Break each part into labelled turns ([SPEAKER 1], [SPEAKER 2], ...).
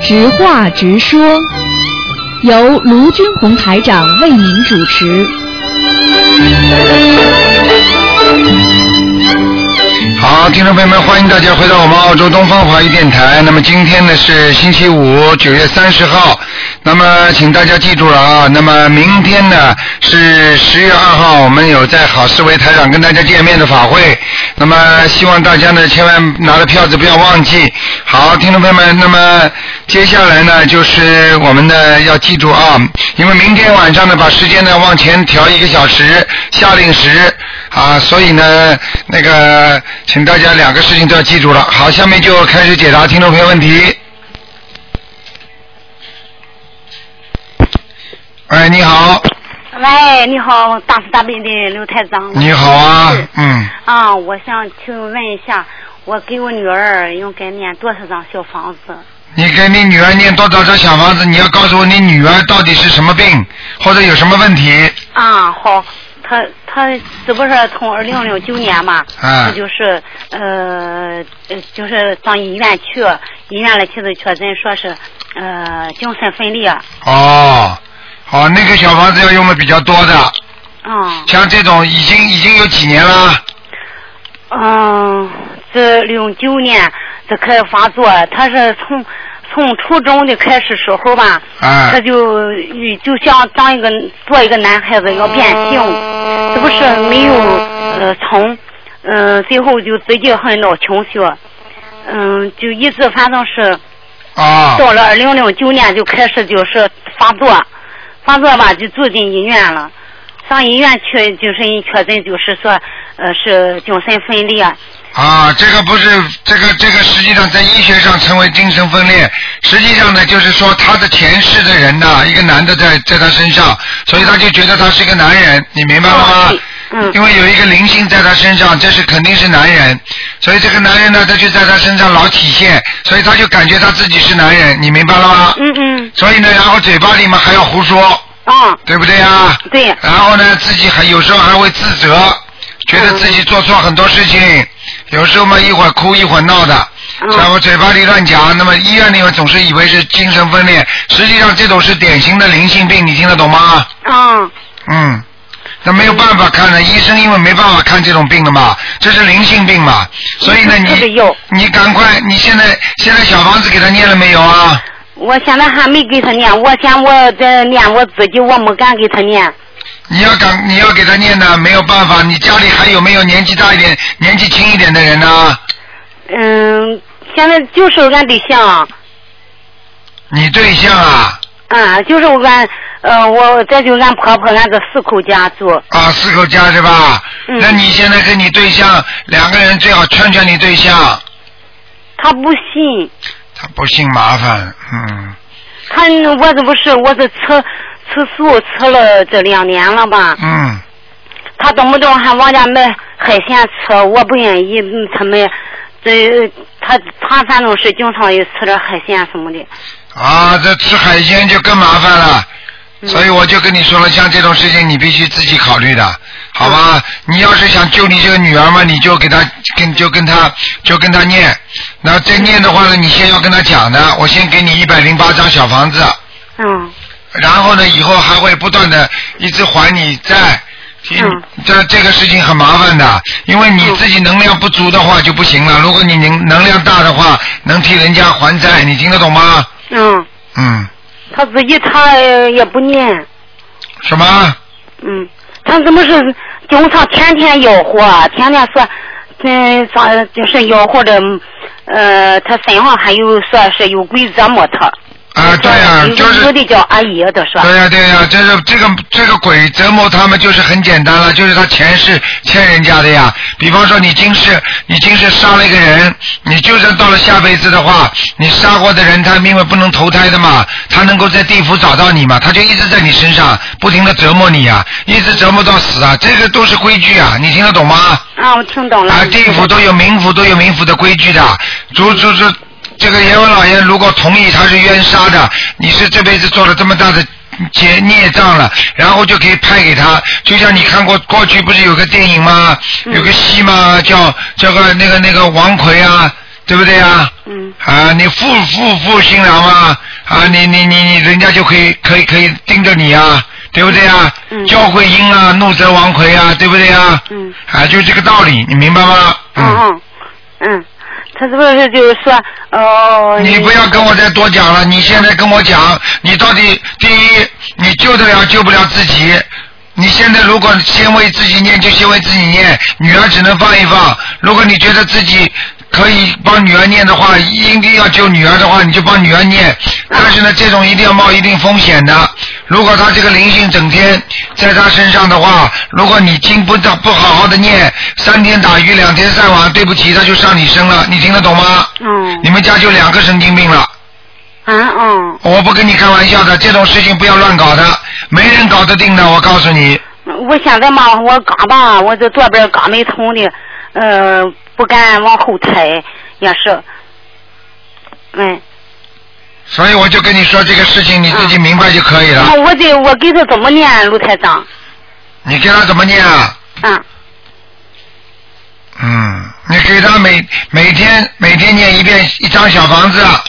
[SPEAKER 1] 直话直说，由卢军红台长为您主持。
[SPEAKER 2] 好，听众朋友们，欢迎大家回到我们澳洲东方华语电台。那么今天呢是星期五，九月三十号。那么请大家记住了啊。那么明天呢是十月二号，我们有在好思维台上跟大家见面的法会。那么希望大家呢千万拿了票子不要忘记。好，听众朋友们，那么接下来呢就是我们的要记住啊，因为明天晚上呢把时间呢往前调一个小时，夏令时。啊，所以呢，那个，请大家两个事情都要记住了。好，下面就开始解答听众朋友问题。哎，你好，
[SPEAKER 3] 喂，你好，大慈大悲的刘台长。
[SPEAKER 2] 你好啊
[SPEAKER 3] 是，
[SPEAKER 2] 嗯，
[SPEAKER 3] 啊，我想请问一下，我给我女儿应该念多少张小房子？
[SPEAKER 2] 你给你女儿念多少张小房子？你要告诉我你女儿到底是什么病，或者有什么问题？
[SPEAKER 3] 啊，好，她她这不是从二零零九年嘛，
[SPEAKER 2] 啊
[SPEAKER 3] 她就是呃呃就是上医院去，医院来妻子确诊说是呃精神分裂，
[SPEAKER 2] 哦，好，那个小房子要用的比较多的，
[SPEAKER 3] 嗯
[SPEAKER 2] 像这种已经已经有几年了。啊
[SPEAKER 3] 嗯，这零九年这开始发作，她是从从初中的开始时候吧，
[SPEAKER 2] 啊
[SPEAKER 3] 他就就像当一个做一个男孩子要变性，这不是没有呃成，嗯、最后就自己很闹情绪，嗯、就一直反正是
[SPEAKER 2] 啊
[SPEAKER 3] 到了二零零九年就开始就是发作，发作吧就住进医院了，上医院去就是人确诊就是说呃是精神分裂，
[SPEAKER 2] 啊，这个不是这个这个，实际上在医学上称为精神分裂。实际上呢，就是说他的前世的人呐、一个男的在在他身上，所以他就觉得他是一个男人，你明白了吗？
[SPEAKER 3] 嗯
[SPEAKER 2] 因为有一个灵性在他身上，这是肯定是男人，所以这个男人呢，他就在他身上老体现，所以他就感觉他自己是男人，你明白了吗？
[SPEAKER 3] 嗯嗯
[SPEAKER 2] 所以呢，然后嘴巴里面还要胡说，
[SPEAKER 3] 啊、
[SPEAKER 2] 对不对啊？
[SPEAKER 3] 对嗯
[SPEAKER 2] 然后呢，自己还有时候还会自责，觉得自己做错很多事情，有时候嘛一会儿哭一会儿闹的，
[SPEAKER 3] 嗯
[SPEAKER 2] 然后嘴巴里乱讲，那么医院里面总是以为是精神分裂，实际上这种是典型的灵性病，你听得懂吗？
[SPEAKER 3] 啊
[SPEAKER 2] 嗯，那没有办法看的，医生因为没办法看这种病的嘛，这是灵性病嘛，所以呢
[SPEAKER 3] 嗯特别
[SPEAKER 2] 你
[SPEAKER 3] 有
[SPEAKER 2] 你赶快，你现在现在小房子给他念了没有啊？
[SPEAKER 3] 我现在还没给他念，我嫌我这念我自己，我没敢给他念。
[SPEAKER 2] 你要赶，你要给他念呢，没有办法。你家里还有没有年纪大一点、年纪轻一点的人呢？
[SPEAKER 3] 嗯，现在就是俺对象，
[SPEAKER 2] 你对象啊，
[SPEAKER 3] 啊，就是俺，呃，我这就俺婆婆，俺这四口家住。
[SPEAKER 2] 啊，四口家是吧？
[SPEAKER 3] 嗯
[SPEAKER 2] 那你现在跟你对象两个人最好劝劝你对象，
[SPEAKER 3] 他不信，
[SPEAKER 2] 他不信麻烦，嗯
[SPEAKER 3] 他我这不是我这吃吃素吃了这两年了吧？
[SPEAKER 2] 嗯，
[SPEAKER 3] 他动不动还往家买海鲜吃，我不愿意嗯他们。这他他反正是经常也吃点海鲜什么的，
[SPEAKER 2] 啊，这吃海鲜就更麻烦了。所以我就跟你说了，像这种事情你必须自己考虑的，好吧？你要是想救你这个女儿嘛，你就给她跟就跟她就跟她念，然后再念的话呢，你先要跟她讲的，我先给你一百零八张小房子，
[SPEAKER 3] 嗯
[SPEAKER 2] 然后呢，以后还会不断的一直还你债。
[SPEAKER 3] 嗯
[SPEAKER 2] 这这个事情很麻烦的，因为你自己能量不足的话就不行了。如果你能能量大的话，能替人家还债，你听得懂吗？
[SPEAKER 3] 嗯，
[SPEAKER 2] 嗯，
[SPEAKER 3] 他自己他呃也不念，
[SPEAKER 2] 什么？
[SPEAKER 3] 嗯，他怎么是经常天天吆喝，天天说，嗯，咱就是吆喝的，嗯呃，他身上还有说是有鬼折磨他。
[SPEAKER 2] 啊，对呀、
[SPEAKER 3] 有
[SPEAKER 2] 就是
[SPEAKER 3] 有的叫阿姨的说。
[SPEAKER 2] 对呀、对呀、这个这个这个鬼折磨他们就是很简单了，就是他前世欠人家的呀。比方说你今世你今世杀了一个人，你就算到了下辈子的话，你杀过的人他因为不能投胎的嘛，他能够在地府找到你嘛，他就一直在你身上不停的折磨你呀、一直折磨到死啊，这个都是规矩啊，你听得懂吗？
[SPEAKER 3] 啊，我听懂了。
[SPEAKER 2] 啊，地府都有冥府，都有冥府的规矩的。主主主，这个阎王老爷如果同意他是冤杀的，你是这辈子做了这么大的结孽障了，然后就可以派给他。就像你看过过去不是有个电影吗？有个戏吗？叫叫个那个那个王奎啊，对不对啊？
[SPEAKER 3] 嗯。
[SPEAKER 2] 啊，你负负负新郎啊，啊，你你你你，人家就可以可以可以盯着你啊，对不对啊？
[SPEAKER 3] 嗯
[SPEAKER 2] 教会英啊，怒责王奎啊，对不对啊？
[SPEAKER 3] 嗯。
[SPEAKER 2] 啊，就这个道理，你明白吗？嗯。
[SPEAKER 3] 嗯嗯，嗯，他是不是就是说，哦、
[SPEAKER 2] 你不要跟我再多讲了，你现在跟我讲，你到底第一，你救得了救不了自己。你现在如果先为自己念，就先为自己念，女儿只能放一放。如果你觉得自己可以帮女儿念的话，一定要救女儿的话，你就帮女儿念。但是呢，这种一定要冒一定风险的。如果她这个灵性整天在她身上的话，如果你经不到不好好的念，三天打鱼两天晒网，对不起，她就上你身了。你听得懂吗？
[SPEAKER 3] 嗯
[SPEAKER 2] 你们家就两个神经病了，
[SPEAKER 3] 啊嗯，
[SPEAKER 2] 我不跟你开玩笑的，这种事情不要乱搞的，没人搞得定的，我告诉你。
[SPEAKER 3] 我现在嘛，我嘎吧，我这左边嘎没通的，呃，不敢往后抬，也是，嗯，
[SPEAKER 2] 所以我就跟你说这个事情，你自己明白就可以
[SPEAKER 3] 然
[SPEAKER 2] 了。
[SPEAKER 3] 后啊我得我给他怎么念，卢台长，
[SPEAKER 2] 你给他怎么念啊？
[SPEAKER 3] 嗯
[SPEAKER 2] 嗯，你给他每每天每天念一遍一张小房子。啊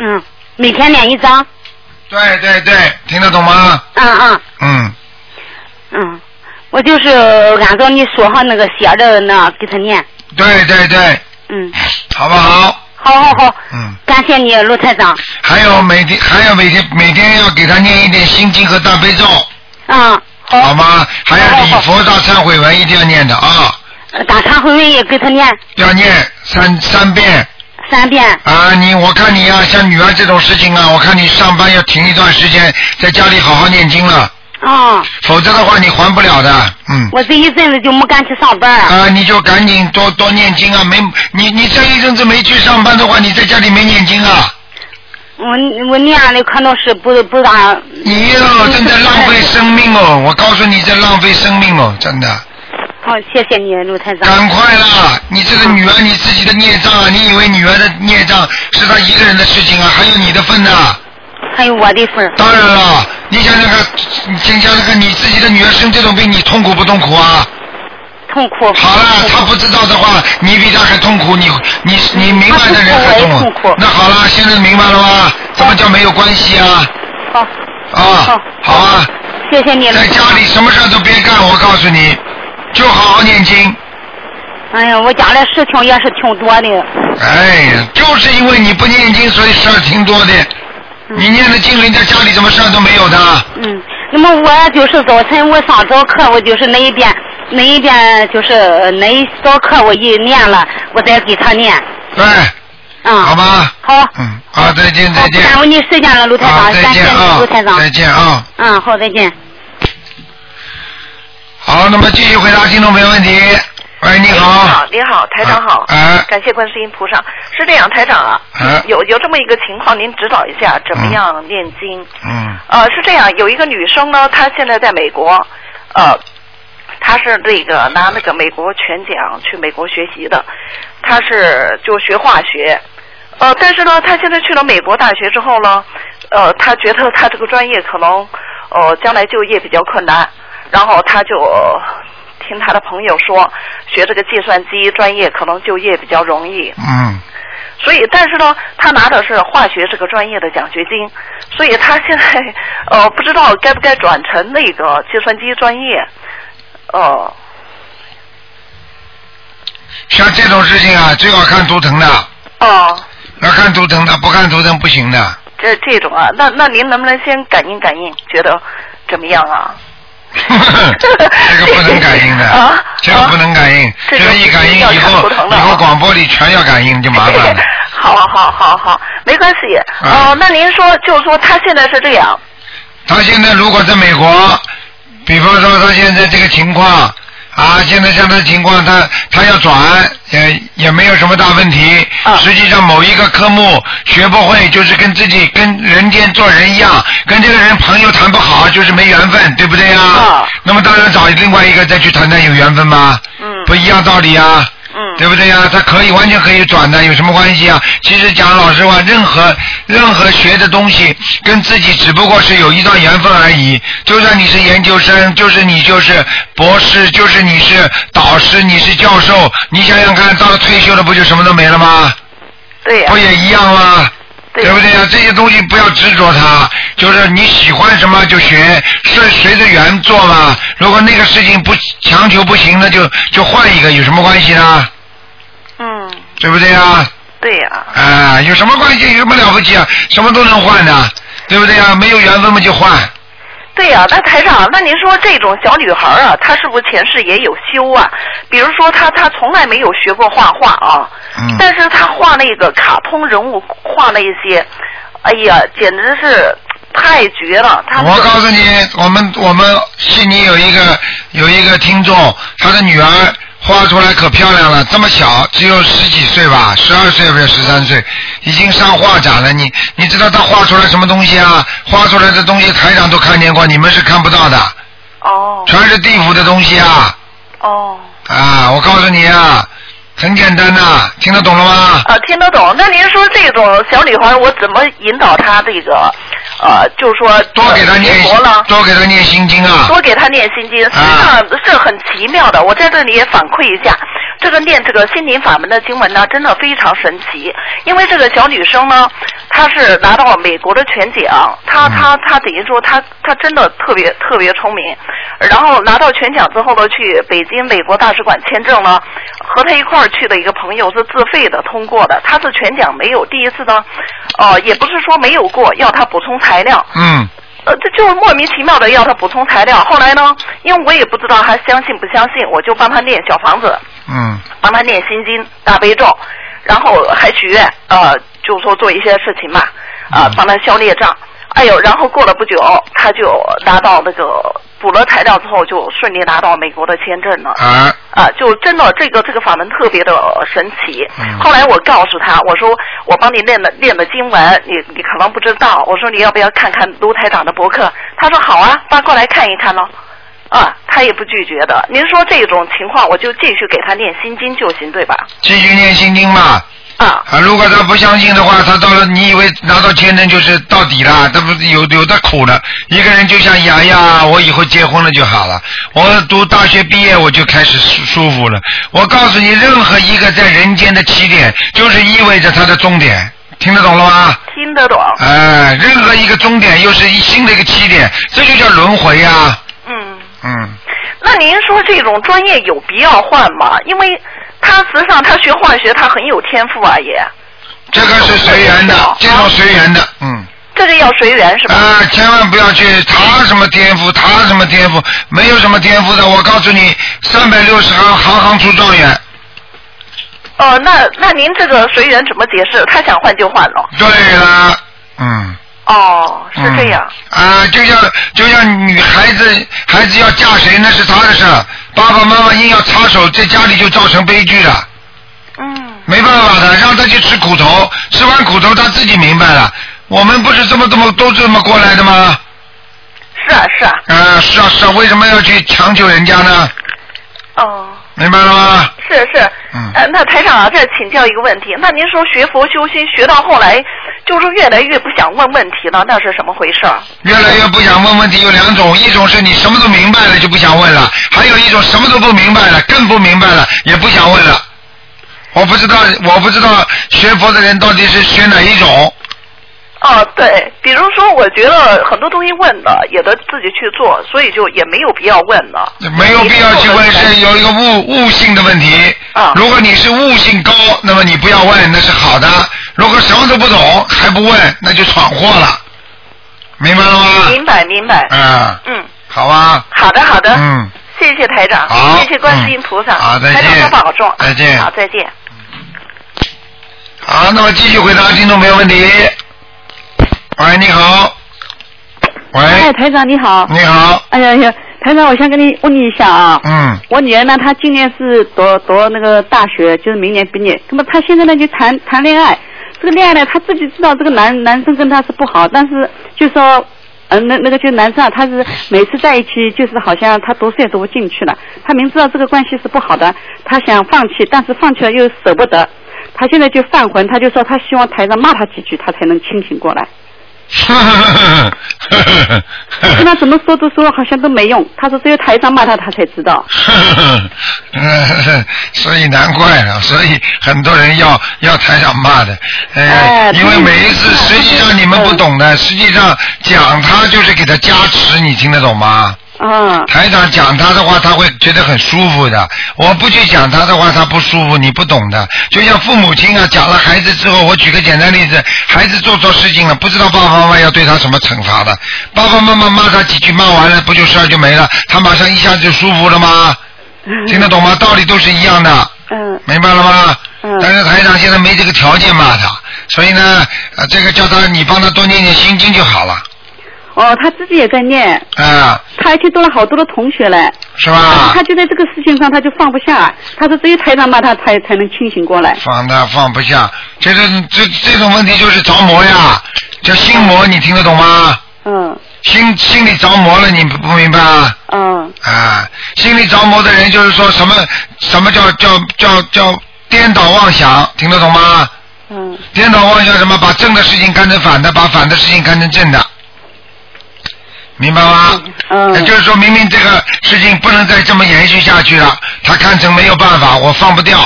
[SPEAKER 3] 嗯，每天念一张，
[SPEAKER 2] 对对对，听得懂吗？
[SPEAKER 3] 嗯嗯
[SPEAKER 2] 嗯，
[SPEAKER 3] 嗯，我就是按照你说上那个写着那给他念，
[SPEAKER 2] 对对对，
[SPEAKER 3] 嗯，
[SPEAKER 2] 好不好？
[SPEAKER 3] 好好好，
[SPEAKER 2] 嗯，
[SPEAKER 3] 感谢你，卢台长，
[SPEAKER 2] 还有每天还有每天每天要给他念一点心经和大悲咒，
[SPEAKER 3] 嗯，好，
[SPEAKER 2] 好吗？还有礼
[SPEAKER 3] 好好
[SPEAKER 2] 佛大忏悔文一定要念的啊。
[SPEAKER 3] 呃打忏悔文也给他念
[SPEAKER 2] 要念三三遍
[SPEAKER 3] 三遍，
[SPEAKER 2] 啊！你我看你呀、像女儿这种事情啊，我看你上班要停一段时间，在家里好好念经了，
[SPEAKER 3] 啊、
[SPEAKER 2] 否则的话你还不了的。嗯，
[SPEAKER 3] 我这一阵子就没敢去上班儿。
[SPEAKER 2] 啊，你就赶紧多多念经啊！没你你这一阵子没去上班的话，你在家里没念经啊，
[SPEAKER 3] 我我念的可能是不不大。
[SPEAKER 2] 你哟正在浪费生命哦！我告诉你，在浪费生命哦，真的。
[SPEAKER 3] 好，谢谢你，卢台长。
[SPEAKER 2] 赶快啦！你这个女儿，你自己的孽障啊！你以为女儿的孽障是她一个人的事情啊？还有你的份呐、
[SPEAKER 3] 还有我的份儿，
[SPEAKER 2] 当然了，你想想看，你想想看，你自己的女儿生这种病，你痛苦不痛苦啊？
[SPEAKER 3] 痛苦。
[SPEAKER 2] 好了，她不知道的话，你比她还痛苦，你你你明白的人还痛
[SPEAKER 3] 她不哎痛苦我也痛苦
[SPEAKER 2] 那好了，现在明白了吗？怎么叫没有关系啊？
[SPEAKER 3] 好，
[SPEAKER 2] 啊
[SPEAKER 3] 好，
[SPEAKER 2] 好啊，
[SPEAKER 3] 谢谢你，卢
[SPEAKER 2] 在
[SPEAKER 3] 台
[SPEAKER 2] 家
[SPEAKER 3] 长。
[SPEAKER 2] 里什么事儿都别干，我告诉你，就好好念经。
[SPEAKER 3] 哎呀，我家里事情也是挺多的。
[SPEAKER 2] 哎呀，就是因为你不念经，所以事儿挺多的。你念了经，人家家里什么事儿都没有的。
[SPEAKER 3] 嗯，那么我就是早晨我上早课，我就是那一遍那一遍就是呃那一早课我一念了，我再给他念。
[SPEAKER 2] 对，
[SPEAKER 3] 嗯，
[SPEAKER 2] 哎好吧。
[SPEAKER 3] 好，
[SPEAKER 2] 嗯，好，再见，再
[SPEAKER 3] 好不
[SPEAKER 2] 见。
[SPEAKER 3] 耽误你时间了，卢台
[SPEAKER 2] 啊，
[SPEAKER 3] 长，
[SPEAKER 2] 再
[SPEAKER 3] 感谢
[SPEAKER 2] 见
[SPEAKER 3] 你，
[SPEAKER 2] 啊
[SPEAKER 3] 卢台，长。
[SPEAKER 2] 再见啊。
[SPEAKER 3] 嗯，好，再见。
[SPEAKER 2] 好，那么继续回答听众朋友问题。喂，你
[SPEAKER 4] 哎
[SPEAKER 2] 好。
[SPEAKER 4] 你好，你好，台长好。
[SPEAKER 2] 哎
[SPEAKER 4] 感谢观世音菩萨。是这样，台长啊，
[SPEAKER 2] 哎
[SPEAKER 4] 有有这么一个情况，您指导一下怎么样念经？
[SPEAKER 2] 嗯
[SPEAKER 4] 呃，是这样，有一个女生呢，她现在在美国，呃，她是这个拿那个美国全奖去美国学习的，她是就学化学，呃，但是呢，她现在去了美国大学之后呢，呃，她觉得她这个专业可能呃将来就业比较困难，然后她就。呃听她的朋友说，学这个计算机专业可能就业比较容易。
[SPEAKER 2] 嗯
[SPEAKER 4] 所以，但是呢，他拿的是化学这个专业的奖学金，所以他现在 呃不知道该不该转成那个计算机专业，呃，
[SPEAKER 2] 像这种事情啊，最好看图腾的，
[SPEAKER 4] 哦，
[SPEAKER 2] 要看图腾的，不看图腾不行的。
[SPEAKER 4] 这这种啊，那那您能不能先感应感应，觉得怎么样啊？
[SPEAKER 2] 这个不能感应的
[SPEAKER 4] 啊，
[SPEAKER 2] 这个不能感应，
[SPEAKER 4] 这
[SPEAKER 2] 这
[SPEAKER 4] 个
[SPEAKER 2] 个一感应
[SPEAKER 4] 要
[SPEAKER 2] 以
[SPEAKER 4] 看
[SPEAKER 2] 后，
[SPEAKER 4] 图腾的
[SPEAKER 2] 以
[SPEAKER 4] 啊
[SPEAKER 2] 后广播里全要感应就麻烦了。
[SPEAKER 4] 好好好好，没关系。
[SPEAKER 2] 啊
[SPEAKER 4] 哦，那您说，就是说他现在是这样，
[SPEAKER 2] 他现在如果在美国，比方说他现在这个情况啊，现在像他情况，他他要转也也没有什么大问题。
[SPEAKER 4] 啊
[SPEAKER 2] 实际上某一个科目学不会，就是跟自己跟人间做人一样，跟这个人朋友谈不好，就是没缘分，对不对呀？
[SPEAKER 4] 啊
[SPEAKER 2] 那么当然找另外一个再去谈谈有缘分吗？
[SPEAKER 4] 嗯
[SPEAKER 2] 不一样道理啊。
[SPEAKER 4] 嗯
[SPEAKER 2] 对不对呀、他可以完全可以转的，有什么关系啊？其实讲老实话，任何任何学的东西跟自己只不过是有一段缘分而已。就算你是研究生，就是你就是博士，就是你是导师，你是教授，你想想看，到了退休了不就什么都没了吗？
[SPEAKER 4] 对呀、
[SPEAKER 2] 不也一样吗？
[SPEAKER 4] 对啊
[SPEAKER 2] 不对呀、这些东西不要执着它，就是你喜欢什么就学，顺随着缘做嘛。如果那个事情不强求不行，那就就换一个，有什么关系呢？
[SPEAKER 4] 嗯，
[SPEAKER 2] 对不对呀、啊？
[SPEAKER 4] 对呀、
[SPEAKER 2] 有什么关系？有什么了不起啊？什么都能换的，对不对呀、没有缘分嘛就换。
[SPEAKER 4] 对呀、那台长，那您说这种小女孩儿啊，她是不是前世也有修啊？比如说她，她从来没有学过画画啊，
[SPEAKER 2] 嗯
[SPEAKER 4] 但是她画那个卡通人物，画那些，哎呀，简直是太绝了！她
[SPEAKER 2] 我告诉你，我们我们悉尼有一个有一个听众，他的女儿画出来可漂亮了，这么小，只有十几岁吧，十二岁不是十三岁，已经上画展了。你你知道他画出来什么东西啊？画出来的东西台长都看见过，你们是看不到的，
[SPEAKER 4] 哦
[SPEAKER 2] 全是地府的东西啊
[SPEAKER 4] 哦
[SPEAKER 2] 啊！我告诉你啊，很简单呐、听得懂了吗？
[SPEAKER 4] 啊，听得懂。那您说这种小女孩儿，我怎么引导她这个？呃，就是说
[SPEAKER 2] 多给他念
[SPEAKER 4] 学佛了，
[SPEAKER 2] 多给他念心经啊！
[SPEAKER 4] 多给他念心经，实际上是很奇妙的。我在这里也反馈一下，这个念这个心灵法门的经文呢，真的非常神奇。因为这个小女生呢，她是拿到美国的全奖，她
[SPEAKER 2] 嗯
[SPEAKER 4] 她她等于说她她真的特别特别聪明。然后拿到全奖之后呢，去北京美国大使馆签证呢，和她一块儿去的一个朋友是自费的通过的，她是全奖没有，第一次呢，哦、也不是说没有过，要她补充材料。
[SPEAKER 2] 嗯
[SPEAKER 4] 呃，这就是莫名其妙的要他补充材料。后来呢，因为我也不知道他相信不相信，我就帮他念小房子，
[SPEAKER 2] 嗯
[SPEAKER 4] 帮他念心经、大悲咒，然后还许愿，呃，就说做一些事情嘛，呃
[SPEAKER 2] 嗯，
[SPEAKER 4] 帮他消孽障。哎呦，然后过了不久，他就拿到那个补了材料之后，就顺利拿到美国的签证了。
[SPEAKER 2] 啊
[SPEAKER 4] 啊，就真的这个这个法门特别的神奇
[SPEAKER 2] 嗯。
[SPEAKER 4] 后来我告诉他，我说我帮你练了练了经文，你你可能不知道，我说你要不要看看卢台长的博客？他说好啊，搬过来看一看咯。啊，他也不拒绝的。您说这种情况，我就继续给他念心经就行，对吧？
[SPEAKER 2] 继续念心经吧。
[SPEAKER 4] 啊，
[SPEAKER 2] 啊，如果他不相信的话，他到了，你以为拿到签证就是到底了？他不是有有的苦了。一个人就像牙牙，我以后结婚了就好了。我读大学毕业我就开始舒舒服了。我告诉你，任何一个在人间的起点，就是意味着他的终点。听得懂了吗？
[SPEAKER 4] 听得懂。
[SPEAKER 2] 哎，任何一个终点又是一新的一个起点，这就叫轮回呀、
[SPEAKER 4] 嗯，
[SPEAKER 2] 嗯，
[SPEAKER 4] 那您说这种专业有必要换吗？因为他实际上他学化学，他很有天赋啊，也
[SPEAKER 2] 这个是随缘的，这种随缘的，嗯。
[SPEAKER 4] 哦这个要随缘是吧？
[SPEAKER 2] 啊、千万不要去他什么天赋，他什么天赋，没有什么天赋的。我告诉你，三百六十行，行行出状元。
[SPEAKER 4] 哦，那那您这个随缘怎么解释？他想换就换了。
[SPEAKER 2] 对了，嗯，
[SPEAKER 4] 哦，是
[SPEAKER 2] 嗯
[SPEAKER 4] 这样。
[SPEAKER 2] 啊、就像就像女孩子，孩子要嫁谁那是她的事儿，爸爸妈妈硬要插手，在家里就造成悲剧了。
[SPEAKER 4] 嗯
[SPEAKER 2] 没办法的，让他去吃苦头，吃完苦头他自己明白了。我们不是这么这么都这么过来的吗？
[SPEAKER 4] 是啊是啊。
[SPEAKER 2] 啊、是啊是啊，为什么要去强求人家呢？
[SPEAKER 4] 哦，
[SPEAKER 2] 明白了吗？
[SPEAKER 4] 是是。
[SPEAKER 2] 嗯
[SPEAKER 4] 呃，那台长啊，再请教一个问题。那您说学佛修心学到后来，就是越来越不想问问题了，那是什么回事儿？
[SPEAKER 2] 越来越不想问问题有两种，一种是你什么都明白了就不想问了，还有一种什么都不明白了，更不明白了也不想问了。我不知道，我不知道学佛的人到底是学哪一种。
[SPEAKER 4] 哦，对，比如说，我觉得很多东西问了，也得自己去做，所以就也没有必要问了。
[SPEAKER 2] 没有必要去问，是有一个悟悟性的问题
[SPEAKER 4] 啊。
[SPEAKER 2] 如果你是悟性高，那么你不要问，那是好的。如果什么都不懂还不问，那就闯祸了，明白了吗？
[SPEAKER 4] 明白明白。
[SPEAKER 2] 啊，
[SPEAKER 4] 嗯，
[SPEAKER 2] 好吧，
[SPEAKER 4] 好的好的。
[SPEAKER 2] 嗯。
[SPEAKER 4] 谢谢台长，
[SPEAKER 2] 好
[SPEAKER 4] 谢谢观世音菩萨，
[SPEAKER 2] 嗯好再见
[SPEAKER 4] 台长多保重，
[SPEAKER 2] 再见
[SPEAKER 4] 好，再见。
[SPEAKER 2] 好，那么继续回答听众朋友问题。喂，你好。
[SPEAKER 5] 哎，
[SPEAKER 2] 喂，
[SPEAKER 5] 台长你好。
[SPEAKER 2] 你好。
[SPEAKER 5] 哎呀呀，台长，我想跟你问你一下啊。
[SPEAKER 2] 嗯，
[SPEAKER 5] 我女儿呢，她今年是读读那个大学，就是明年毕业。那么她现在呢就谈谈恋爱，这个恋爱呢，她自己知道这个男男生跟她是不好，但是就说嗯，那那个就男生啊，他是每次在一起，就是好像他多少也读不进去了。他明知道这个关系是不好的，他想放弃，但是放弃了又舍不得。他现在就犯浑，他就说他希望台上骂他几句，他才能清醒过来。跟他怎么说都说好像都没用。他说只有台上骂他，他才知道。
[SPEAKER 2] 嗯所以难怪了，所以很多人要要台上骂的，呃，
[SPEAKER 5] 哎
[SPEAKER 2] 因为
[SPEAKER 5] 对
[SPEAKER 2] 每一次实际上你们不懂的，实际上讲他就是给他加持，你听得懂吗？
[SPEAKER 5] 嗯，
[SPEAKER 2] 台长讲他的话，他会觉得很舒服的。我不去讲他的话，他不舒服，你不懂的。就像父母亲啊，讲了孩子之后，我举个简单例子，孩子做错事情了，不知道爸爸妈妈要对他什么惩罚的，爸爸妈妈骂他几句，骂完了不就事儿就没了，他马上一下子就舒服了吗？听得懂吗？道理都是一样的，
[SPEAKER 5] 嗯
[SPEAKER 2] 明白了吗？
[SPEAKER 5] 嗯
[SPEAKER 2] 但是台长现在没这个条件骂他，所以呢，呃，这个叫他你帮他多念念心经就好了，
[SPEAKER 5] 哦，他自己也在念，
[SPEAKER 2] 啊、
[SPEAKER 5] 他而且多了好多的同学嘞。
[SPEAKER 2] 是吧？
[SPEAKER 5] 但是 他就在这个事情上，他就放不下。啊他说只有台长骂他，才才能清醒过来。
[SPEAKER 2] 放他放不下，这种这这种问题就是着魔呀，叫心魔，你听得懂吗？
[SPEAKER 5] 嗯
[SPEAKER 2] 心心里着魔了，你不不明白啊？
[SPEAKER 5] 嗯
[SPEAKER 2] 啊，心里着魔的人就是说什么什么叫叫叫叫颠倒妄想，听得懂吗？
[SPEAKER 5] 嗯
[SPEAKER 2] 颠倒妄想什么？把正的事情看成反的，把反的事情看成正的，明白吗？也
[SPEAKER 5] 嗯
[SPEAKER 2] 就是说明明这个事情不能再这么延续下去了，他看成没有办法，我放不掉。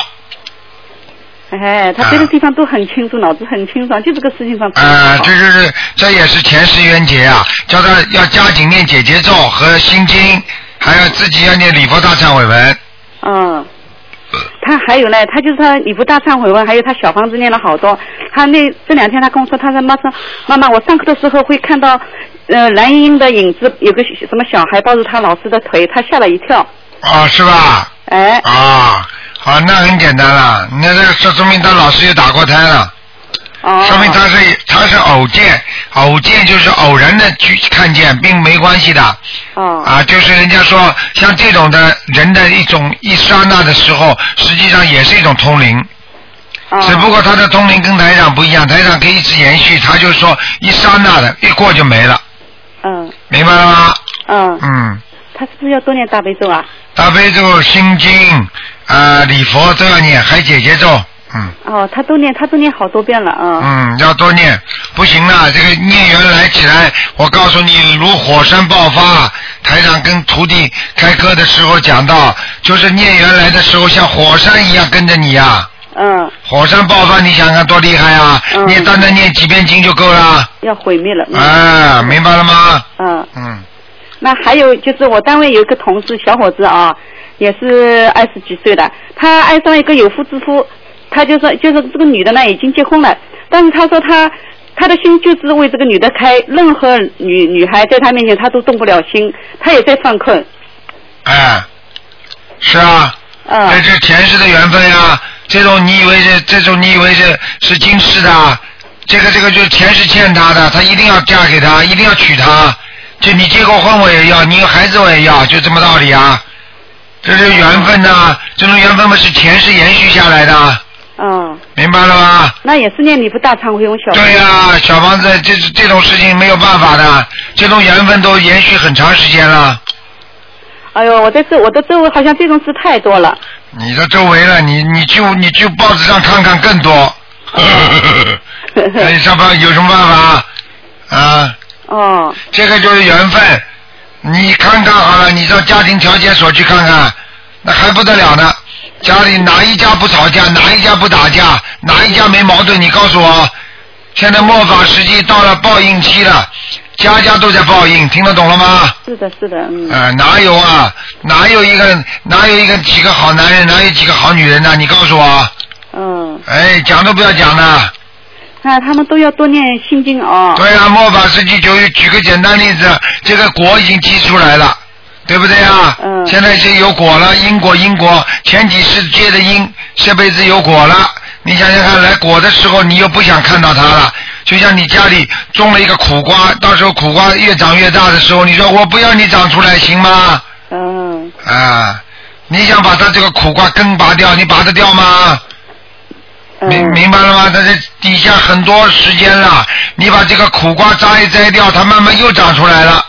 [SPEAKER 5] 哎，他别的地方都很清楚，脑子很清爽，就这个事情上。
[SPEAKER 2] 啊、这就是这也是前十元节啊，叫他要加紧念解结咒和心经，还要自己要念礼佛大忏悔文。
[SPEAKER 5] 嗯。他还有呢，他就是他礼佛大忏悔文，还有他小房子念了好多。他那这两天他跟我说，他说妈说妈妈，我上课的时候会看到，呃，蓝莹莹的影子，有个什么小孩抱住他老师的腿，他吓了一跳。
[SPEAKER 2] 啊、是吧？
[SPEAKER 5] 哎，
[SPEAKER 2] 啊，好，那很简单了，那这说说明他老师又打过胎了，
[SPEAKER 5] 哦，
[SPEAKER 2] 说明他是他是偶见，偶见就是偶然的去看见，并没关系的。
[SPEAKER 5] 哦，
[SPEAKER 2] 啊，就是人家说像这种的人的一种一刹那的时候，实际上也是一种通灵。
[SPEAKER 5] 哦
[SPEAKER 2] 啊只不过他的通灵跟台长不一样，台长可以一直延续，他就是说一刹那的，一过就没了，
[SPEAKER 5] 嗯
[SPEAKER 2] 明白了吗？
[SPEAKER 5] 嗯，
[SPEAKER 2] 嗯，
[SPEAKER 5] 他是不是要多念大悲咒啊？
[SPEAKER 2] 大悲咒、心经啊、礼佛都要念，还解结咒，嗯
[SPEAKER 5] 哦，他都念，他都念好多遍了啊。
[SPEAKER 2] 嗯，要多念。不行了，这个孽缘来起来，我告诉你，如火山爆发。台长跟徒弟开课的时候讲到，就是孽缘来的时候，像火山一样跟着你呀、
[SPEAKER 5] 嗯，
[SPEAKER 2] 火山爆发，你想想看多厉害啊！
[SPEAKER 5] 嗯
[SPEAKER 2] 你单单念几遍经就够了。
[SPEAKER 5] 要毁灭了。嗯
[SPEAKER 2] 啊，明白了吗？
[SPEAKER 5] 嗯，
[SPEAKER 2] 嗯，
[SPEAKER 5] 那还有就是我单位有一个同事小伙子啊，也是二十几岁的，他爱上一个有妇之夫，他就说就是这个女的呢已经结婚了，但是他说他他的心就是为这个女的开，任何女女孩在他面前他都动不了心，他也在犯困。
[SPEAKER 2] 哎，是啊，
[SPEAKER 5] 嗯
[SPEAKER 2] 这是前世的缘分呀、这种你以为是，这种你以为是是今世的啊，这个这个就是前世欠他的，他一定要嫁给他，一定要娶他。就你结过婚我也要，你有孩子我也要，就这么道理啊。这是缘分呐、这种缘分嘛是前世延续下来的，
[SPEAKER 5] 嗯，
[SPEAKER 2] 明白了吗？
[SPEAKER 5] 那也是念礼佛大忏悔文小。
[SPEAKER 2] 对呀、小房子这这种事情没有办法的，这种缘分都延续很长时间了。
[SPEAKER 5] 哎呦，我在这我的周围好像这种事太多了。
[SPEAKER 2] 你的周围了，你你去你去报纸上看看更多。哎，上班有什么办法啊？
[SPEAKER 5] 哦，
[SPEAKER 2] 这个就是缘分，你看看好了，你到家庭调解所去看看，那还不得了呢？家里哪一家不吵架，哪一家不打架，哪一家没矛盾？你告诉我，现在末法时期到了报应期了，家家都在报应，听得懂了吗？
[SPEAKER 5] 是的，是的，嗯。
[SPEAKER 2] 啊、哪有啊？哪有一个哪有一个几个好男人，哪有几个好女人呢、你告诉我，
[SPEAKER 5] 嗯，
[SPEAKER 2] 哎，讲都不要讲了。
[SPEAKER 5] 那他们都要多念心经哦。
[SPEAKER 2] 对啊，末法时期就举个简单例子，这个果已经结出来了，对不对啊？
[SPEAKER 5] 嗯
[SPEAKER 2] 现在是有果了，因果因果，前几世结的因，这辈子有果了。你想想看，来果的时候，你又不想看到它了。就像你家里种了一个苦瓜，到时候苦瓜越长越大的时候，你说我不要你长出来，行吗？
[SPEAKER 5] 嗯，
[SPEAKER 2] 啊，你想把它这个苦瓜根拔掉，你拔得掉吗？
[SPEAKER 5] 嗯
[SPEAKER 2] 明明白了吗？它这底下很多时间了，你把这个苦瓜摘一摘掉，它慢慢又长出来了。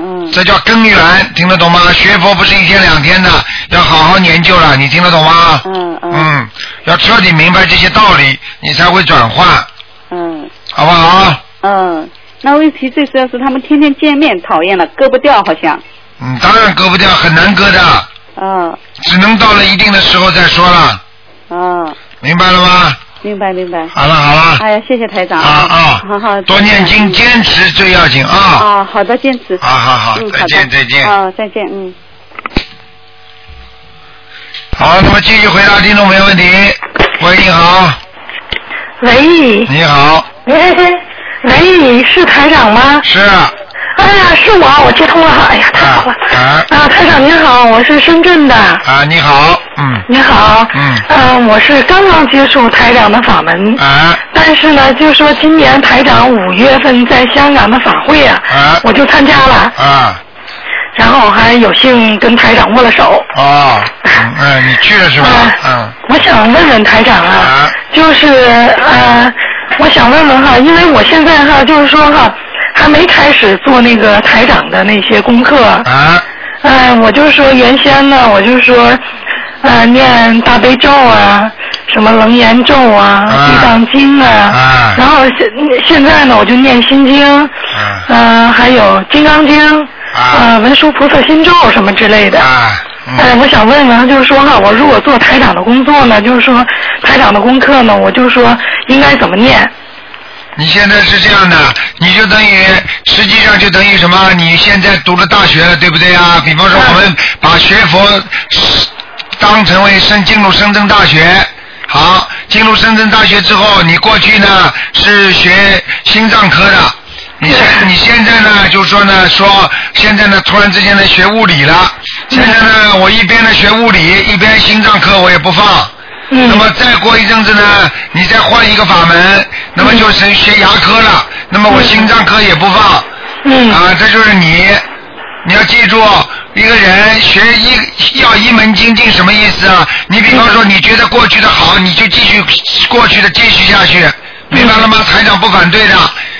[SPEAKER 5] 嗯，
[SPEAKER 2] 这叫根源，听得懂吗？学佛不是一天两天的，要好好研究了，你听得懂吗？
[SPEAKER 5] 嗯嗯
[SPEAKER 2] 嗯，要彻底明白这些道理，你才会转化，
[SPEAKER 5] 嗯
[SPEAKER 2] 好不好？
[SPEAKER 5] 嗯，那问题最主要是他们天天见面，讨厌了，割不掉好像。
[SPEAKER 2] 嗯，当然割不掉，很难割的，
[SPEAKER 5] 嗯
[SPEAKER 2] 只能到了一定的时候再说了，
[SPEAKER 5] 嗯，
[SPEAKER 2] 明白了吗？
[SPEAKER 5] 明白明白。
[SPEAKER 2] 好了好了，
[SPEAKER 5] 哎呀，谢谢台长
[SPEAKER 2] 啊啊，
[SPEAKER 5] 好好
[SPEAKER 2] 多念经，。坚持最要紧啊！
[SPEAKER 5] 啊，好的，坚持。
[SPEAKER 2] 好好好
[SPEAKER 5] 嗯，，
[SPEAKER 2] 再
[SPEAKER 5] 好
[SPEAKER 2] 见
[SPEAKER 5] 的
[SPEAKER 2] 再见。
[SPEAKER 5] 啊，再见，嗯。
[SPEAKER 2] 好，那么继续回答听众朋友问题。喂，你好，
[SPEAKER 6] 喂，
[SPEAKER 2] 你好，
[SPEAKER 6] 喂，喂，是台长吗？
[SPEAKER 2] 是啊，
[SPEAKER 6] 哎呀，是我，我接通了，哎呀，太好了。
[SPEAKER 2] 啊
[SPEAKER 6] 啊，台长您好，我是深圳的。
[SPEAKER 2] 啊你好，嗯，
[SPEAKER 6] 您好。
[SPEAKER 2] 嗯
[SPEAKER 6] 嗯，我是刚刚接触台长的法门。
[SPEAKER 2] 啊，
[SPEAKER 6] 但是呢，就说今年台长五月份在香港的法会啊，
[SPEAKER 2] 啊
[SPEAKER 6] 我就参加了，
[SPEAKER 2] 啊，
[SPEAKER 6] 然后还有幸跟台长握了手。
[SPEAKER 2] 哦，嗯，哎你去了是吧？嗯
[SPEAKER 6] 啊，我想问问台长啊，
[SPEAKER 2] 啊
[SPEAKER 6] 就是呃，我想问问哈，因为我现在哈，就是说哈，还没开始做那个台长的那些功课。
[SPEAKER 2] 啊，
[SPEAKER 6] 哎，我就说原先呢，我就说，呃，念大悲咒啊，什么楞严咒啊，
[SPEAKER 2] 啊
[SPEAKER 6] 地藏经啊，
[SPEAKER 2] 啊
[SPEAKER 6] 然后现现在呢，我就念心经，嗯、还有金刚经，呃，文殊菩萨心咒什么之类的。
[SPEAKER 2] 啊，
[SPEAKER 6] 哎，
[SPEAKER 2] 嗯，
[SPEAKER 6] 我想问问，就是说哈，我如果做台长的工作呢，就是说台长的功课呢，我就说应该怎么念？
[SPEAKER 2] 你现在是这样的，你就等于实际上就等于什么？你现在读了大学了，对不对啊？比方说我们把学佛当成为深进入深圳大学。好，进入深圳大学之后，你过去呢是学心脏科的，你现你现在呢就说呢说现在呢突然之间呢学物理了，现在呢我一边呢学物理，一边心脏科我也不放。
[SPEAKER 6] 嗯
[SPEAKER 2] 那么再过一阵子呢，你再换一个法门，那么就是学牙科了。那么我心脏科也不放。
[SPEAKER 6] 嗯
[SPEAKER 2] 啊，这就是你，你要记住，一个人学医要一门精进什么意思啊？你比方说，
[SPEAKER 6] 嗯
[SPEAKER 2] 你觉得过去的好，你就继续过去的继续下去，明白了吗？台长不反对的，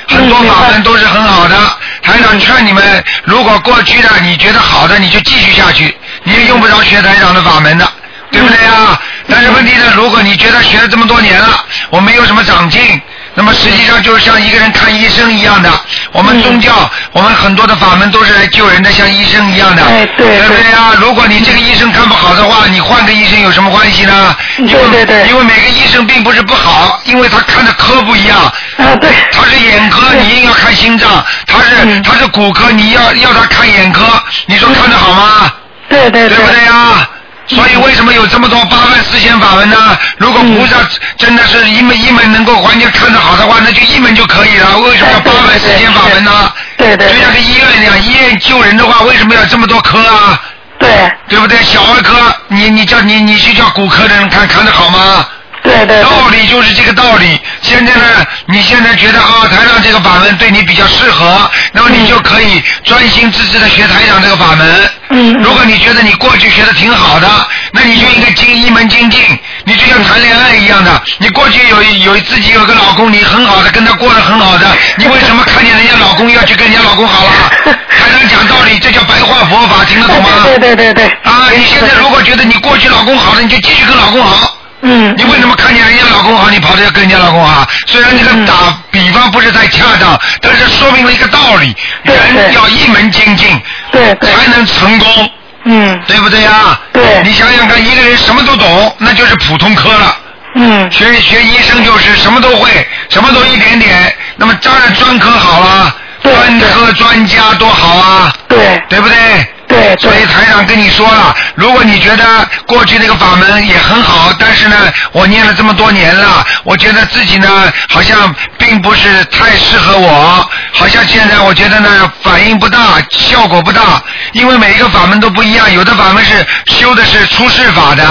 [SPEAKER 2] 很多
[SPEAKER 6] 嗯嗯明白
[SPEAKER 2] 法门都是很好的。台长劝你们，如果过去的你觉得好的，你就继续下去，你也用不着学台长的法门的。对不对
[SPEAKER 6] 嗯
[SPEAKER 2] 啊？但是问题呢，如果你觉得学了这么多年了，我没有什么长进，那么实际上就是像一个人看医生一样的。我们宗教，
[SPEAKER 6] 嗯
[SPEAKER 2] 我们很多的法门都是来救人的，像医生一样的。
[SPEAKER 6] 哎对
[SPEAKER 2] 不对啊？如果你这个医生看不好的话，你换个医生有什么关系呢？
[SPEAKER 6] 对
[SPEAKER 2] 因为
[SPEAKER 6] 对对
[SPEAKER 2] 因为每个医生并不是不好，因为他看的科不一样。
[SPEAKER 6] 啊，对，
[SPEAKER 2] 他是眼科，
[SPEAKER 6] 对
[SPEAKER 2] 你硬要看心脏；他是
[SPEAKER 6] 嗯
[SPEAKER 2] 他是骨科，你要要他看眼科，你说看得好吗？
[SPEAKER 6] 对对嗯
[SPEAKER 2] 对不对啊？所以为什么有这么多八万四千法门呢？如果菩萨
[SPEAKER 6] 嗯
[SPEAKER 2] 真的是一门一门能够完全看得好的话，那就一门就可以了。为什么要八万四千法门呢？
[SPEAKER 6] 对对
[SPEAKER 2] 就像个医院一样，医院救人的话，为什么要这么多科啊？
[SPEAKER 6] 对
[SPEAKER 2] 对不对？小儿科，你你叫你你去叫骨科的人看看得好吗？
[SPEAKER 6] 对对对，嗯
[SPEAKER 2] 道理就是这个道理。现在呢，你现在觉得啊，台长这个法门对你比较适合，那么你就可以专心致志的学台长这个法门。
[SPEAKER 6] 嗯
[SPEAKER 2] 如果你觉得你过去学的挺好的，那你就应该精一门精进。你就
[SPEAKER 6] 嗯
[SPEAKER 2] 像谈恋爱一样的，你过去有有自己有个老公，你很好的跟他过得很好的，你为什么看见人家老公要去跟人家老公好了？ 台长讲道理，这叫白话佛法，听得懂吗？
[SPEAKER 6] 对对对对对，
[SPEAKER 2] 啊，你现在如果觉得你过去老公好了，你就继续跟老公好。
[SPEAKER 6] 嗯
[SPEAKER 2] 你为什么看见人家老公好，你跑着要跟人家老公好？啊虽然这个
[SPEAKER 6] 嗯
[SPEAKER 2] 打比方不是太恰当，但是说明了一个道理：
[SPEAKER 6] 对
[SPEAKER 2] 人
[SPEAKER 6] 对
[SPEAKER 2] 要一门精进，
[SPEAKER 6] 对对，
[SPEAKER 2] 才能成功，
[SPEAKER 6] 嗯
[SPEAKER 2] 对不对啊？
[SPEAKER 6] 对
[SPEAKER 2] 你想想看，一个人什么都懂，那就是普通科了。
[SPEAKER 6] 嗯
[SPEAKER 2] 学学医生就是什么都会，什么都一点点。那么当然专科好啦，
[SPEAKER 6] 对
[SPEAKER 2] 专科专家多好啊，
[SPEAKER 6] 对
[SPEAKER 2] 对不对？
[SPEAKER 6] 对
[SPEAKER 2] 所以
[SPEAKER 6] 对
[SPEAKER 2] 台长跟你说了，如果你觉得过去那个法门也很好，但是呢，我念了这么多年了，我觉得自己呢好像并不是太适合我，好像现在我觉得呢反应不大，效果不大，因为每一个法门都不一样，有的法门是修的是出世法的。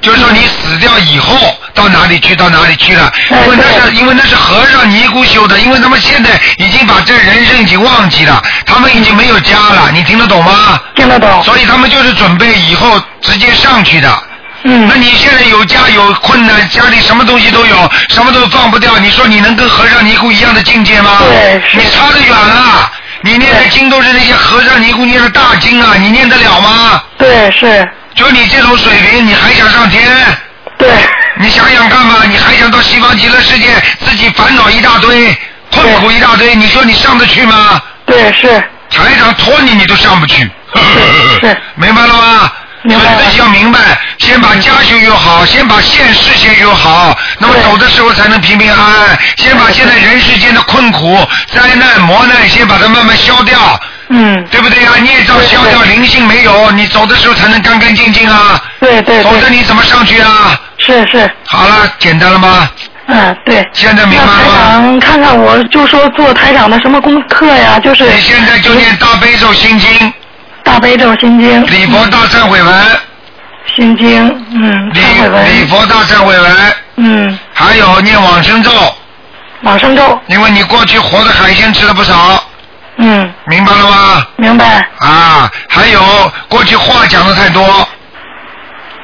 [SPEAKER 2] 就是说，你死掉以后到哪里去，到哪里去了？
[SPEAKER 6] 哎
[SPEAKER 2] 因为那
[SPEAKER 6] 对
[SPEAKER 2] 是因为那是和尚尼姑修的，因为他们现在已经把这人生已经忘记了，他们已经没有家了，你听得懂吗？
[SPEAKER 6] 听得懂，
[SPEAKER 2] 所以他们就是准备以后直接上去的。
[SPEAKER 6] 嗯
[SPEAKER 2] 那你现在有家有困难，家里什么东西都有，什么都放不掉，你说你能跟和尚尼姑一样的境界吗？
[SPEAKER 6] 对是
[SPEAKER 2] 你差得远了。你念的经都是那些和尚尼姑念的大经啊，你念得了吗？
[SPEAKER 6] 对是，
[SPEAKER 2] 就你这种水平，你还想上天？
[SPEAKER 6] 对
[SPEAKER 2] 你想想看吧，你还想到西方极乐世界，自己烦恼一大堆，痛苦一大堆，你说你上得去吗？
[SPEAKER 6] 对是，
[SPEAKER 2] 台长拖你，你都上不去。
[SPEAKER 6] 是
[SPEAKER 2] 明白了吗？
[SPEAKER 6] 明白了
[SPEAKER 2] 所以自己要明白，先把家修修好，先把现世先修好，那么
[SPEAKER 6] 对
[SPEAKER 2] 走的时候才能平平安安。先把现在人世间的困苦、灾难、磨难，先把它慢慢消掉，
[SPEAKER 6] 嗯，
[SPEAKER 2] 对不对啊？孽障消掉，灵性没有，你走的时候才能干干净净啊，
[SPEAKER 6] 对对
[SPEAKER 2] 否则
[SPEAKER 6] 对，
[SPEAKER 2] 你怎么上去啊？
[SPEAKER 6] 是是，
[SPEAKER 2] 好了，简单了吗？
[SPEAKER 6] 嗯对。
[SPEAKER 2] 现在
[SPEAKER 6] 那
[SPEAKER 2] 明白
[SPEAKER 6] 台
[SPEAKER 2] 了吗？
[SPEAKER 6] 长，看看我就说做台长的什么功课呀？就是
[SPEAKER 2] 你现在就念大悲咒心经、
[SPEAKER 6] 大悲咒、心经、
[SPEAKER 2] 礼佛大忏悔文、
[SPEAKER 6] 心经， 嗯，
[SPEAKER 2] 礼
[SPEAKER 6] 忏悔
[SPEAKER 2] 礼
[SPEAKER 6] 文，
[SPEAKER 2] 佛大忏悔文，
[SPEAKER 6] 嗯，
[SPEAKER 2] 还有念往生咒。
[SPEAKER 6] 往生咒，
[SPEAKER 2] 因为你过去活的海鲜吃了不少，
[SPEAKER 6] 嗯，
[SPEAKER 2] 明白了吗？
[SPEAKER 6] 明白，
[SPEAKER 2] 啊，还有过去话讲的太多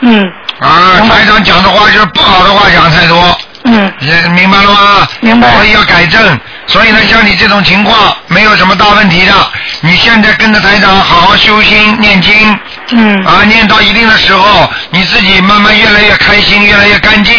[SPEAKER 6] 嗯
[SPEAKER 2] 啊，
[SPEAKER 6] 明白
[SPEAKER 2] 台长讲的话就是不好的话讲得太多，
[SPEAKER 6] 嗯，
[SPEAKER 2] 也明白了吗？
[SPEAKER 6] 明白
[SPEAKER 2] 所以要改正。所以呢，像你这种情况没有什么大问题的，你现在跟着台长好好修心念经
[SPEAKER 6] 嗯
[SPEAKER 2] 啊，念到一定的时候，你自己慢慢越来越开心，越来越干净。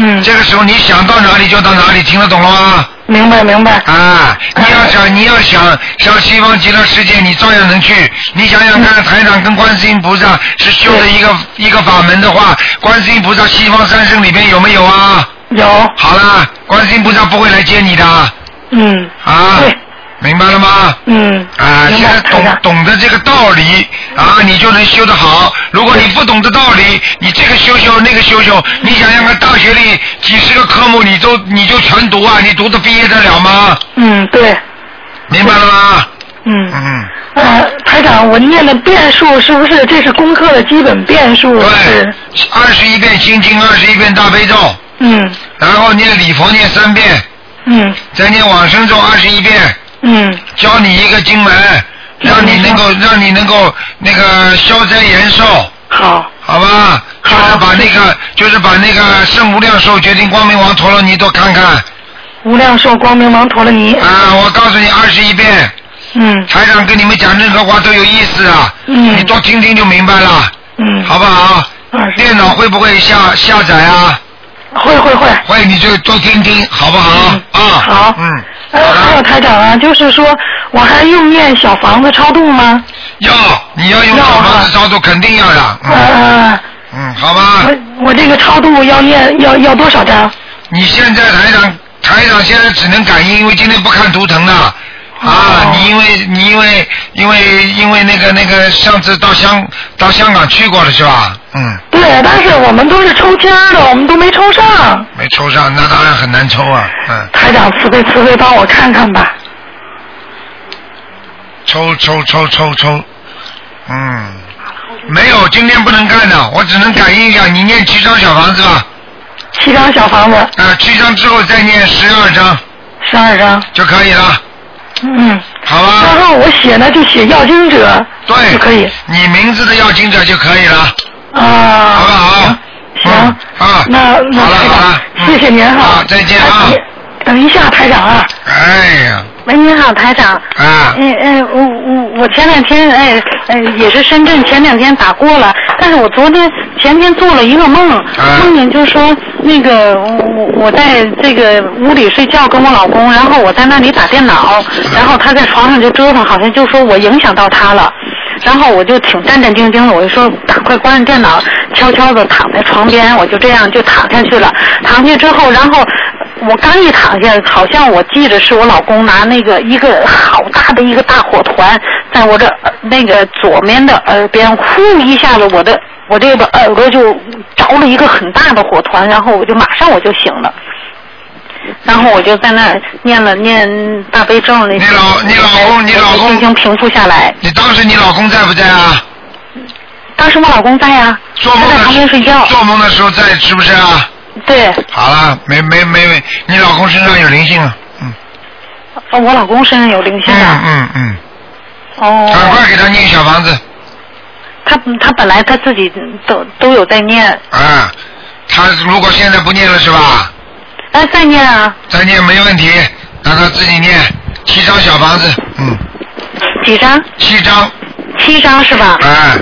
[SPEAKER 6] 嗯，
[SPEAKER 2] 这个时候你想到哪里就到哪里，听得懂了吗？
[SPEAKER 6] 明白明白，
[SPEAKER 2] 啊，
[SPEAKER 6] 嗯
[SPEAKER 2] 你要想，你要想上西方极乐世界，你照样能去。你想想看，台长跟观世音菩萨是修的一个
[SPEAKER 6] 嗯
[SPEAKER 2] 一个法门的话，观世音菩萨西方三圣里边有没有啊？
[SPEAKER 6] 有，
[SPEAKER 2] 好啦，观世音菩萨不会来接你的啊，
[SPEAKER 6] 嗯对
[SPEAKER 2] 明白了吗？
[SPEAKER 6] 嗯，
[SPEAKER 2] 啊，
[SPEAKER 6] 明
[SPEAKER 2] 现
[SPEAKER 6] 白
[SPEAKER 2] 在
[SPEAKER 6] 台
[SPEAKER 2] 懂
[SPEAKER 6] 长，
[SPEAKER 2] 懂得这个道理啊，你就能修得好。如果你不懂得道理，你这个修修那个修修，你想想看，大学里几十个科目你都你就全读啊，你读的毕业得了吗？
[SPEAKER 6] 嗯对，
[SPEAKER 2] 明白了吗？
[SPEAKER 6] 嗯
[SPEAKER 2] 嗯，
[SPEAKER 6] 呃，台长，我念的变数是不是这是功课的基本变数？
[SPEAKER 2] 对
[SPEAKER 6] 是，，
[SPEAKER 2] 二十一遍心经，二十一遍大悲咒，
[SPEAKER 6] 嗯
[SPEAKER 2] 然后念礼佛念三遍，
[SPEAKER 6] 嗯
[SPEAKER 2] 再念往生咒二十一遍，
[SPEAKER 6] 嗯，
[SPEAKER 2] 教你一个经文，让你能够让你能够那个消灾延寿，
[SPEAKER 6] 好，
[SPEAKER 2] 好吧？就是把那个就是把那个圣无量寿决定光明王陀罗尼多看看
[SPEAKER 6] 无量寿光明王陀罗尼，
[SPEAKER 2] 啊！我告诉你，二十一遍，
[SPEAKER 6] 嗯
[SPEAKER 2] 台长跟你们讲任何话都有意思啊，你
[SPEAKER 6] 嗯
[SPEAKER 2] 多听听就明白了，
[SPEAKER 6] 嗯，
[SPEAKER 2] 好不好？
[SPEAKER 6] 二十，
[SPEAKER 2] 电脑会不会下下载啊？
[SPEAKER 6] 会会会。
[SPEAKER 2] 会，你就多听听，好不好？
[SPEAKER 6] 嗯
[SPEAKER 2] 啊，
[SPEAKER 6] 好
[SPEAKER 2] 嗯，
[SPEAKER 6] 呃，还有台长啊，就是说我还用念小房子超度吗？
[SPEAKER 2] 要你要用小房子超度，肯定要的，嗯
[SPEAKER 6] 呃，
[SPEAKER 2] 嗯，好吧。
[SPEAKER 6] 我我这个超度要念要要多少张？
[SPEAKER 2] 你现在台长，台长现在只能感应，因为今天不看图腾的。啊
[SPEAKER 6] 哦，
[SPEAKER 2] 你因为你因为因为因为那个那个上次到香到香港去过了是吧？嗯，
[SPEAKER 6] 对，但是我们都是抽签儿的，我们都没抽上。
[SPEAKER 2] 没抽上，那当然很难抽啊。嗯，
[SPEAKER 6] 台长慈悲慈悲，帮我看看吧。
[SPEAKER 2] 抽抽抽抽抽，嗯，没有，今天不能看的，我只能感应一下。你念七张小房子吧。
[SPEAKER 6] 七张小房子，
[SPEAKER 2] 啊，七张之后再念十二张
[SPEAKER 6] 十二张。
[SPEAKER 2] 就可以了，
[SPEAKER 6] 嗯，
[SPEAKER 2] 好吧
[SPEAKER 6] 然？后我写呢就写要经者
[SPEAKER 2] 对，
[SPEAKER 6] 就可以。
[SPEAKER 2] 你名字的要经者就可以了，
[SPEAKER 6] 啊，
[SPEAKER 2] 好不好？
[SPEAKER 6] 行，
[SPEAKER 2] 嗯啊，
[SPEAKER 6] 那那
[SPEAKER 2] 好了
[SPEAKER 6] 台
[SPEAKER 2] 好了，嗯
[SPEAKER 6] 长，谢谢您哈
[SPEAKER 2] 好，。再见啊
[SPEAKER 6] 哎！等一下，台长啊。
[SPEAKER 2] 哎呀，
[SPEAKER 3] 喂，您好，台长。
[SPEAKER 2] 啊，
[SPEAKER 3] 嗯嗯，我我我前两天哎呃也是深圳前两天打过了，但是我昨天前天做了一个梦，
[SPEAKER 2] 啊
[SPEAKER 3] 梦见就说那个我我在这个屋里睡觉跟我老公，然后我在那里打电脑，然后他在床上就折腾，好像就说我影响到他了。然后我就挺战战兢兢的，我就说赶快关上电脑，悄悄的躺在床边，我就这样就躺下去了。躺下之后，然后我刚一躺下，好像我记着是我老公拿那个一个好大的一个大火团，在我的耳那个左面的耳边，呼一下子我的我这个耳朵就着了一个很大的火团，然后我就马上我就醒了。然后我就在那儿念了念大悲咒那些，
[SPEAKER 2] 你老你老公你老公
[SPEAKER 3] 心情平复下来。
[SPEAKER 2] 你当时你老公在不在啊？
[SPEAKER 3] 当时我老公在呀、
[SPEAKER 2] 做
[SPEAKER 3] 他
[SPEAKER 2] 梦
[SPEAKER 3] 在
[SPEAKER 2] 的
[SPEAKER 3] 旁边睡
[SPEAKER 2] 时
[SPEAKER 3] 觉
[SPEAKER 2] 候，。做梦的时候在是不是啊？
[SPEAKER 3] 对，
[SPEAKER 2] 好了，没没没没，你老公身上有灵性了，嗯
[SPEAKER 3] 哦我老公身上有灵性
[SPEAKER 2] 嗯
[SPEAKER 3] 啊。
[SPEAKER 2] 嗯嗯，
[SPEAKER 3] 哦。
[SPEAKER 2] 赶快给他念小房子，
[SPEAKER 3] 他他本来他自己都都有在念，
[SPEAKER 2] 啊，他如果现在不念了是吧？
[SPEAKER 3] 哎，在念啊，
[SPEAKER 2] 再念没问题，让他自己念七张小房子，嗯，
[SPEAKER 3] 几张？
[SPEAKER 2] 七张，
[SPEAKER 3] 七张是吧？
[SPEAKER 2] 哎，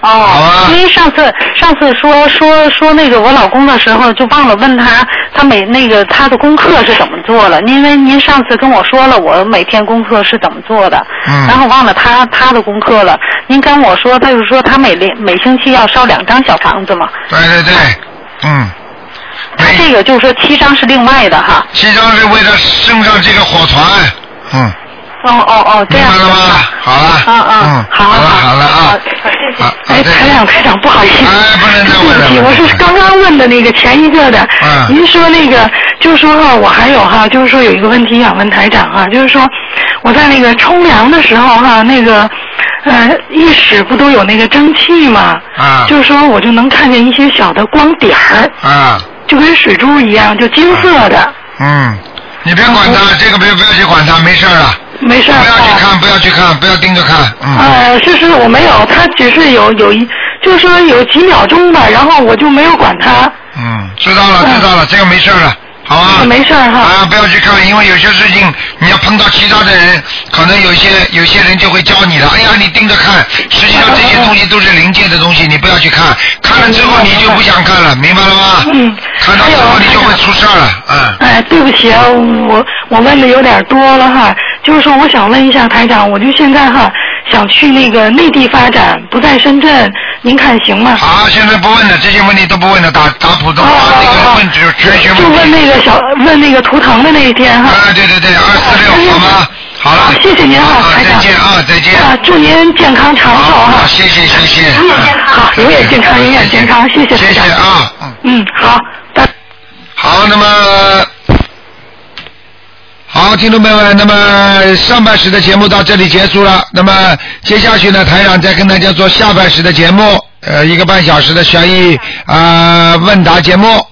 [SPEAKER 2] 好
[SPEAKER 3] 哦
[SPEAKER 2] 啊，
[SPEAKER 3] 因为上次上次说说说那个我老公的时候，就忘了问他他每那个他的功课是怎么做了，因为您上次跟我说了我每天功课是怎么做的，
[SPEAKER 2] 嗯
[SPEAKER 3] 然后忘了他他的功课了。您跟我说，他就说他每连每星期要烧两张小房子嘛，
[SPEAKER 2] 对对对，嗯，
[SPEAKER 3] 他
[SPEAKER 2] 每
[SPEAKER 3] 这个就是说七张是另外的哈。
[SPEAKER 2] 七张是为了升上这个火船，嗯，
[SPEAKER 3] 哦哦哦，这
[SPEAKER 2] 明
[SPEAKER 3] 样
[SPEAKER 2] 白
[SPEAKER 3] 子
[SPEAKER 2] 了吗
[SPEAKER 3] 是吧？
[SPEAKER 2] 好
[SPEAKER 6] 啊
[SPEAKER 2] 了，
[SPEAKER 3] 嗯
[SPEAKER 2] 嗯
[SPEAKER 3] 嗯，，好
[SPEAKER 2] 了
[SPEAKER 3] 好
[SPEAKER 2] 好了啊，
[SPEAKER 3] 好谢谢
[SPEAKER 2] 啊。啊
[SPEAKER 6] 哎，
[SPEAKER 2] 对
[SPEAKER 6] 台长，台长，不好意思，
[SPEAKER 2] 哎不能再问了
[SPEAKER 6] 对不起，我是刚刚问的那个前一个的。
[SPEAKER 2] 嗯
[SPEAKER 6] 您说那个，就是说哈，我还有哈，就是说有一个问题想问台长啊，就是说我在那个冲凉的时候哈，那个呃，一室不都有那个蒸汽嘛？
[SPEAKER 2] 啊
[SPEAKER 6] 就是说我就能看见一些小的光点儿，
[SPEAKER 2] 啊，
[SPEAKER 6] 就跟水珠一样，就金色的，
[SPEAKER 2] 嗯，你别管他，这个不要不要去管他，没事儿了，
[SPEAKER 6] 没事
[SPEAKER 2] 不
[SPEAKER 6] 儿
[SPEAKER 2] 要去
[SPEAKER 6] 啊。
[SPEAKER 2] 看，不要去看，不要盯着看，嗯，
[SPEAKER 6] 呃，就是我没有，它只是有有一，就是说有几秒钟吧，然后我就没有管它，
[SPEAKER 2] 嗯，知道了，知道了，这个没事儿了，好啊，
[SPEAKER 6] 没事儿哈。
[SPEAKER 2] 啊，不要去看，因为有些事情你要碰到其他的人，可能有些有些人就会教你了。哎呀，你盯着看，实际上这些东西都是临界的东西，你不要去看，看了之后你就不想看了，明白了吗？
[SPEAKER 6] 嗯
[SPEAKER 2] 看到之后你就会出事儿了，嗯。
[SPEAKER 6] 哎，对不起啊，我我问的有点多了哈，就是说我想问一下台长，我就现在哈想去那个内地发展，不在深圳，您看行吗？
[SPEAKER 2] 好，现在不问了，这些问题都不问了，打打普通
[SPEAKER 6] 哦
[SPEAKER 2] 话，这
[SPEAKER 6] 哦
[SPEAKER 2] 个
[SPEAKER 6] 哦
[SPEAKER 2] 问就是全学
[SPEAKER 6] 就问
[SPEAKER 2] 问题。
[SPEAKER 6] 那个小问那个图腾的那一天哈。
[SPEAKER 2] 啊，对对对，二四六，好吗？好了
[SPEAKER 6] 好，，谢谢您哈，
[SPEAKER 2] 啊，
[SPEAKER 6] 台
[SPEAKER 2] 再
[SPEAKER 6] 长。
[SPEAKER 2] 见啊，再见。
[SPEAKER 6] 啊，祝您健康长寿
[SPEAKER 2] 好，
[SPEAKER 6] 哈。
[SPEAKER 2] 谢谢谢谢。
[SPEAKER 6] 好，永远健康，永远健康，谢谢
[SPEAKER 2] 谢
[SPEAKER 6] 台
[SPEAKER 2] 谢
[SPEAKER 6] 长。
[SPEAKER 2] 啊，嗯。
[SPEAKER 6] 嗯，好，拜。
[SPEAKER 2] 好，那么好，听众朋友们，那么上半时的节目到这里结束了。那么接下去呢，台长再跟大家做下半时的节目，呃，一个半小时的悬疑啊、呃问答节目。